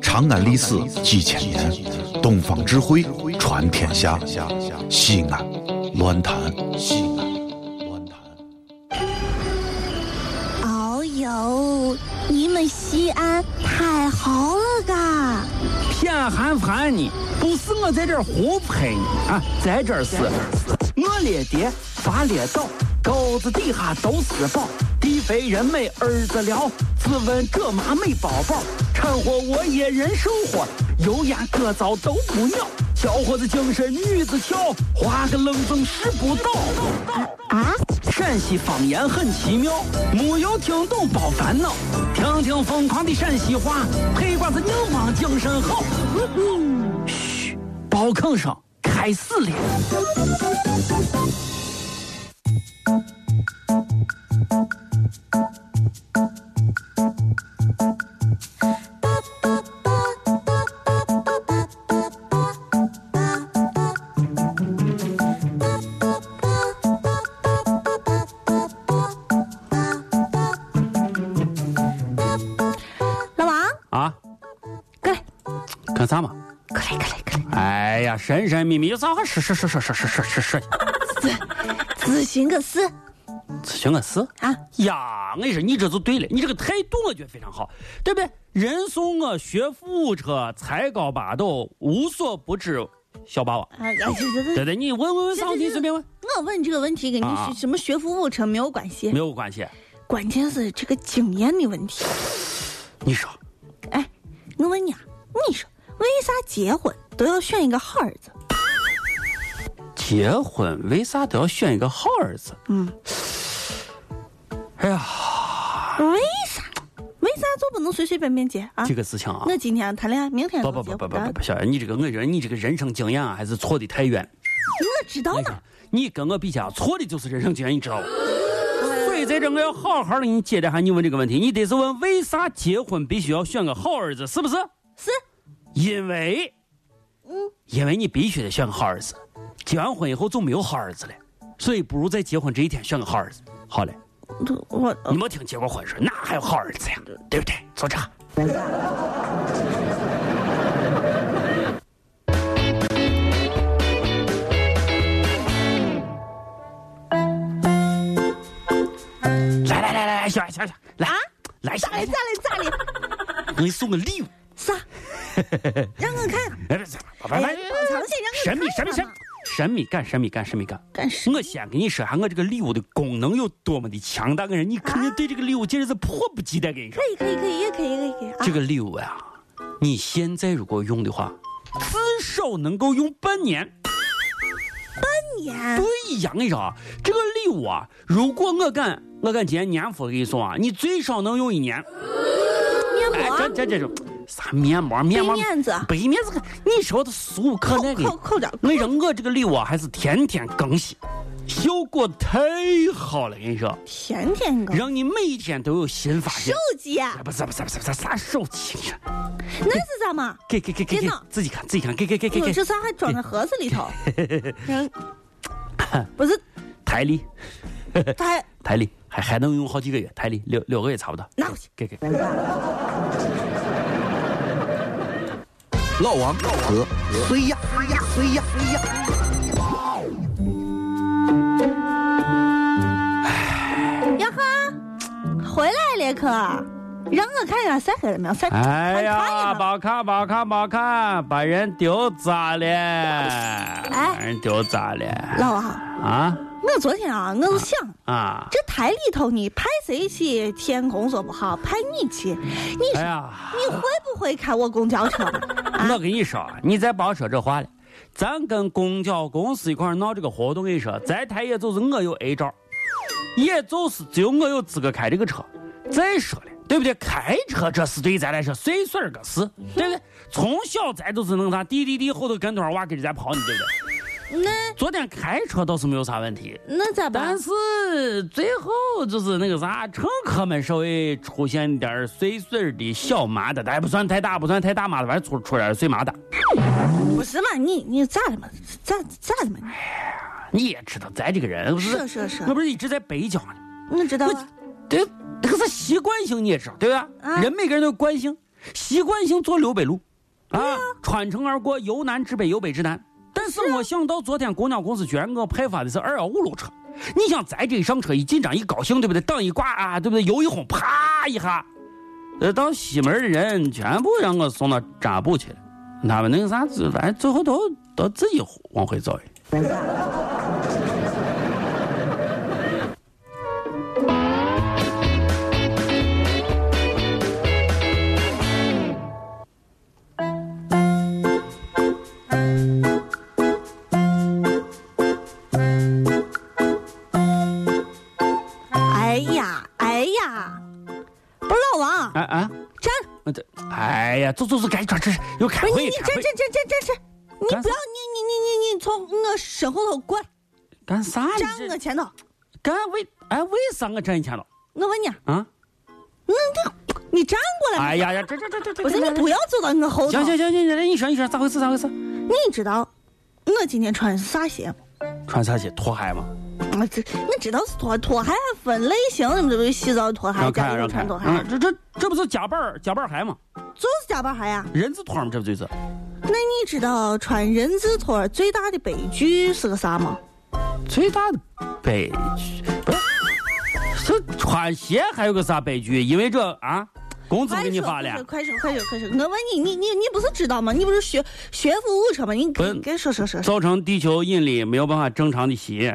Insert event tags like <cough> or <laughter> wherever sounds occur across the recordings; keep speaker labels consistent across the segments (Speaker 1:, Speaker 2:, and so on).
Speaker 1: 长安历史几千年，东方智慧传天下。西安，乱谈西安，乱谈。
Speaker 2: 哦呦，你们西安太好了嘎！
Speaker 3: 偏寒寒你，不是我在这儿胡喷你啊，在这儿是，我列爹发列倒，沟子底下都是宝，地肥人美儿子了，自问这妈没宝宝，掺和我也人生活，油盐各糟都不尿，小伙子精神女子俏，花个愣风使不倒。
Speaker 2: 啊，
Speaker 3: 陕西方言很奇妙，没有听懂别烦恼，听听疯狂的陕西话，黑瓜子硬邦精神好。嘘，包吭声开始了。
Speaker 2: 老王，
Speaker 4: 啊，
Speaker 2: 过来，
Speaker 4: 干啥嘛？
Speaker 2: 过来，过来，过来，
Speaker 4: 哎呀，神神秘秘，有啥好说说说说说说说说说？
Speaker 2: 咨询个事
Speaker 4: 咨询我事
Speaker 2: 啊！
Speaker 4: 呀，我跟你说，你这就对了，你这个态度我觉得非常好，对不对？人送我学富五车，才高八斗，无所不知，小霸王。
Speaker 2: 啊，这这
Speaker 4: 对
Speaker 2: 这，
Speaker 4: 对，你问问问啥问题随便问，
Speaker 2: 我问这个问题跟你
Speaker 4: 啊
Speaker 2: 是什么学富五车没有关系
Speaker 4: 没，有关系。
Speaker 2: 关键是这个经验的问题。
Speaker 4: 你说，
Speaker 2: 哎，我问你啊，你说为啥结婚都要选一个好儿子？
Speaker 4: 结婚为啥都要选一个好儿子？
Speaker 2: 嗯，
Speaker 4: 哎呀，
Speaker 2: 为啥？为啥就不能随随便便结啊
Speaker 4: 这？个事情啊，
Speaker 2: 我今天谈恋爱，明天
Speaker 4: 不
Speaker 2: 就
Speaker 4: 不
Speaker 2: 结
Speaker 4: 不
Speaker 2: 婚
Speaker 4: 不不
Speaker 2: 啊
Speaker 4: 不不，小杨，你这个我觉得你这个人生经验啊，还是错的太远。
Speaker 2: 我啊知道
Speaker 4: 哎
Speaker 2: 呢
Speaker 4: 呀。你跟我比较错的就是人生经验，你知道吧？
Speaker 2: 嗯
Speaker 4: 所以在这我要好好的给你解答一下你问这个问题。你得是问为啥结婚必须要选个好儿子，是不是？
Speaker 2: 是，
Speaker 4: 因为，
Speaker 2: 嗯
Speaker 4: 因为你必须得选个好儿子。结完婚以后就没有好儿子了，所以不如在结婚这一天选个好儿子。好嘞，
Speaker 2: 我
Speaker 4: 你没听结过婚说哪还有好儿子呀？对不对？就这。来来来来来，小孩小孩来来小
Speaker 2: 咋
Speaker 4: 孩
Speaker 2: 哎嘞，咋嘞咋嘞？
Speaker 4: 我给你送个礼物。 <laughs>
Speaker 2: 啥？让我看哎
Speaker 4: 来来来来来，神秘神秘神神秘感神秘感神秘感。
Speaker 2: 干什么
Speaker 4: 我？先跟你说下我这个礼物的功能有多么的强大，我说你肯定对这个礼物简直是迫不及待。跟你说
Speaker 2: 可，以可以可以也可以可以可以啊！
Speaker 4: 这个礼物呀，你现在如果用的话，至少能够用半年。
Speaker 2: 年
Speaker 4: 对呀，我跟你说啊，这个礼物啊，如果我敢，我敢今年年付给你送啊，你最少能用一年。
Speaker 2: 面
Speaker 4: 哎，这
Speaker 2: 膜、
Speaker 4: 这这种啥面膜面膜
Speaker 2: 背面子
Speaker 4: 背面子，你说的俗不可耐的。
Speaker 2: 扣扣着，
Speaker 4: 我跟你说，我这个礼物啊，还是天天更新，效果太好了。跟你说，
Speaker 2: 天天搞
Speaker 4: 让你每天都有新发现
Speaker 2: 手。机，
Speaker 4: <laughs> 哎不是不是不是不是啥手机，
Speaker 2: 啊那是咋嘛？
Speaker 4: 给给给给
Speaker 2: 电
Speaker 4: 给
Speaker 2: 脑，
Speaker 4: 自己看自己看，给给 <laughs> 给给
Speaker 2: 我
Speaker 4: 给
Speaker 2: 这，啥还装在盒子里
Speaker 4: <laughs>
Speaker 2: 头？人不是
Speaker 4: 台历
Speaker 2: 他
Speaker 4: 台历还还能用好几个月，台历六六个月差不多。
Speaker 2: 拿回去。
Speaker 4: 给给，
Speaker 1: 老王和谁呀？
Speaker 2: 呀呵，回来了可，让我看看晒黑了没有？晒
Speaker 4: 哎呀，
Speaker 2: 看看
Speaker 4: 别看别看别看，把人丢砸了，把人丢砸了
Speaker 2: 老王，
Speaker 4: 啊
Speaker 2: 我昨天啊，我就想。
Speaker 4: 啊！
Speaker 2: 这台里头你派谁去？天空说不好，派你去。你说、
Speaker 4: 哎呀。
Speaker 2: 你会不会开我公交车？ <laughs> 啊，
Speaker 4: <laughs> 我跟你说，你再别说这话了，咱跟公交公司一块儿闹这个活动，跟你说，咱台也就是我有 A 照，也就是只有我有资格开这个车。再说了，对不对？开车这事对于咱来说碎碎儿个事，对不对？从小咱都是弄啥滴滴滴后头跟多少娃跟着咱跑，你对不对？
Speaker 2: 那
Speaker 4: 昨天开车倒是没有啥问题，
Speaker 2: 那咋办
Speaker 4: 但？是最后就是那个啥，乘客们稍微出现点儿碎碎儿的小麻的，但也不算太大，不算太大麻的，反正出出点儿碎麻的。
Speaker 2: 不是嘛，你你咋了嘛？咋咋了嘛？
Speaker 4: 你也知道，咱这个人不
Speaker 2: 是啊是是
Speaker 4: 我不是一直在北京呢，
Speaker 2: 你知道
Speaker 4: 我
Speaker 2: 吧？
Speaker 4: 对，这个是习惯性，你也知道，对吧？
Speaker 2: 啊
Speaker 4: 人每个人都有惯性，习惯性坐刘北路，啊，穿城而过，由南至北，由北至南。但是
Speaker 2: 啊
Speaker 4: 没想到昨天公交公司居然给我派发的是二幺五路车。你想咱这一上车一紧张一高兴，对不对？档一挂啊，对不对？油一轰，啪一下，呃，到西门的人全部让我送到扎布去了。他们那个啥子，反正最后都都自己往回走。
Speaker 2: 哎呀，哎呀，不是老王，
Speaker 4: 啊啊！
Speaker 2: 站！
Speaker 4: 那这，哎呀，走走走，赶紧转这又开
Speaker 2: 不是
Speaker 4: 会，
Speaker 2: 你，你
Speaker 4: 开
Speaker 2: 站
Speaker 4: 会
Speaker 2: 站站站站站！你
Speaker 4: 干
Speaker 2: 不
Speaker 4: 啥
Speaker 2: 要你你你你你从我身后头过来，
Speaker 4: 干啥呢？
Speaker 2: 站我
Speaker 4: 这
Speaker 2: 前头。
Speaker 4: 干为哎为啥我站你前头
Speaker 2: 我问你，
Speaker 4: 啊？
Speaker 2: 你这你站过来
Speaker 4: 哎
Speaker 2: 嘛，
Speaker 4: 呀呀，这这这这这，
Speaker 2: 不是你不要走到我后头
Speaker 4: 行。行行行行，你说你说咋回事咋回事？
Speaker 2: 你知道我今天穿的是啥鞋吗？
Speaker 4: 穿啥鞋？拖鞋吗？
Speaker 2: 我知我知道是拖拖鞋分类型，你们这不是洗澡拖鞋
Speaker 4: 让、
Speaker 2: 家
Speaker 4: 看
Speaker 2: 里头
Speaker 4: 让看
Speaker 2: 穿拖，
Speaker 4: 啊
Speaker 2: 鞋，
Speaker 4: 这这这不是夹板儿夹板儿鞋吗？
Speaker 2: 就是加班鞋呀。
Speaker 4: 人字拖吗？这不就是？
Speaker 2: 那你知道穿人字拖最大的悲剧是个啥吗？
Speaker 4: 最大的悲剧不是这穿鞋还有个啥悲剧？因为这啊，工资不
Speaker 2: 快
Speaker 4: 给你
Speaker 2: 说
Speaker 4: 发了呀。
Speaker 2: 快说快说快说！我问你，你你你不是知道吗？你不是学学服务车吗？你
Speaker 4: 不是
Speaker 2: 给给说说说说。
Speaker 4: 造成地球引力没有办法正常的吸引，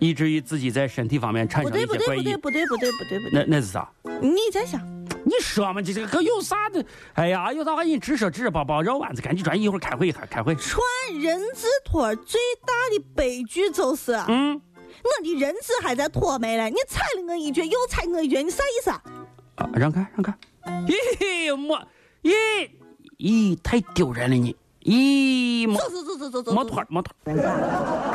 Speaker 4: 以至于自己在身体方面产
Speaker 2: 不
Speaker 4: 生
Speaker 2: 对
Speaker 4: 一
Speaker 2: 不
Speaker 4: 些
Speaker 2: 对
Speaker 4: 怪
Speaker 2: 不对
Speaker 4: 异。
Speaker 2: 不对不对不对不
Speaker 4: 那
Speaker 2: 对，
Speaker 4: 那是啥？
Speaker 2: 你再想，
Speaker 4: 你说嘛，这这个有啥的？哎呀，有啥话你直说直说，别别绕弯子，赶紧转，一会儿开会开开会。
Speaker 2: 穿人字拖最大的悲剧就是啊我
Speaker 4: 嗯，
Speaker 2: 的人字还在拖没了，你踩了我一脚，又踩我一脚，你啥意思啊？
Speaker 4: 啊，让开让开。咦，莫，咦咦，太丢人了你！咦，
Speaker 2: 走
Speaker 4: 摩
Speaker 2: 走走走走走。
Speaker 4: 摩托摩托。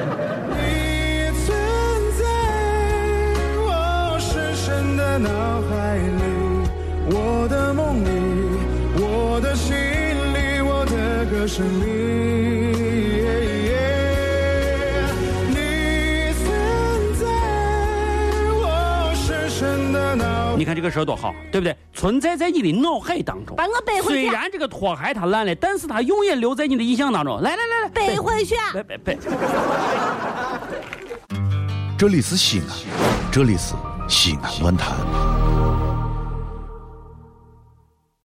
Speaker 5: 你存在我深深的脑海里，我的梦里，我的心里，我的歌声里。你存在我深深的脑
Speaker 4: 你看这个蛇多好，对不对？存在在你的脑海当中。
Speaker 2: 把我背回
Speaker 4: 虽
Speaker 2: 去啊，
Speaker 4: 然这个拖鞋它烂了，但是它永远留在你的印象当中。来来来来，
Speaker 2: 背回去啊。
Speaker 4: 来背背。
Speaker 1: 这里是西安，这里是西安论坛。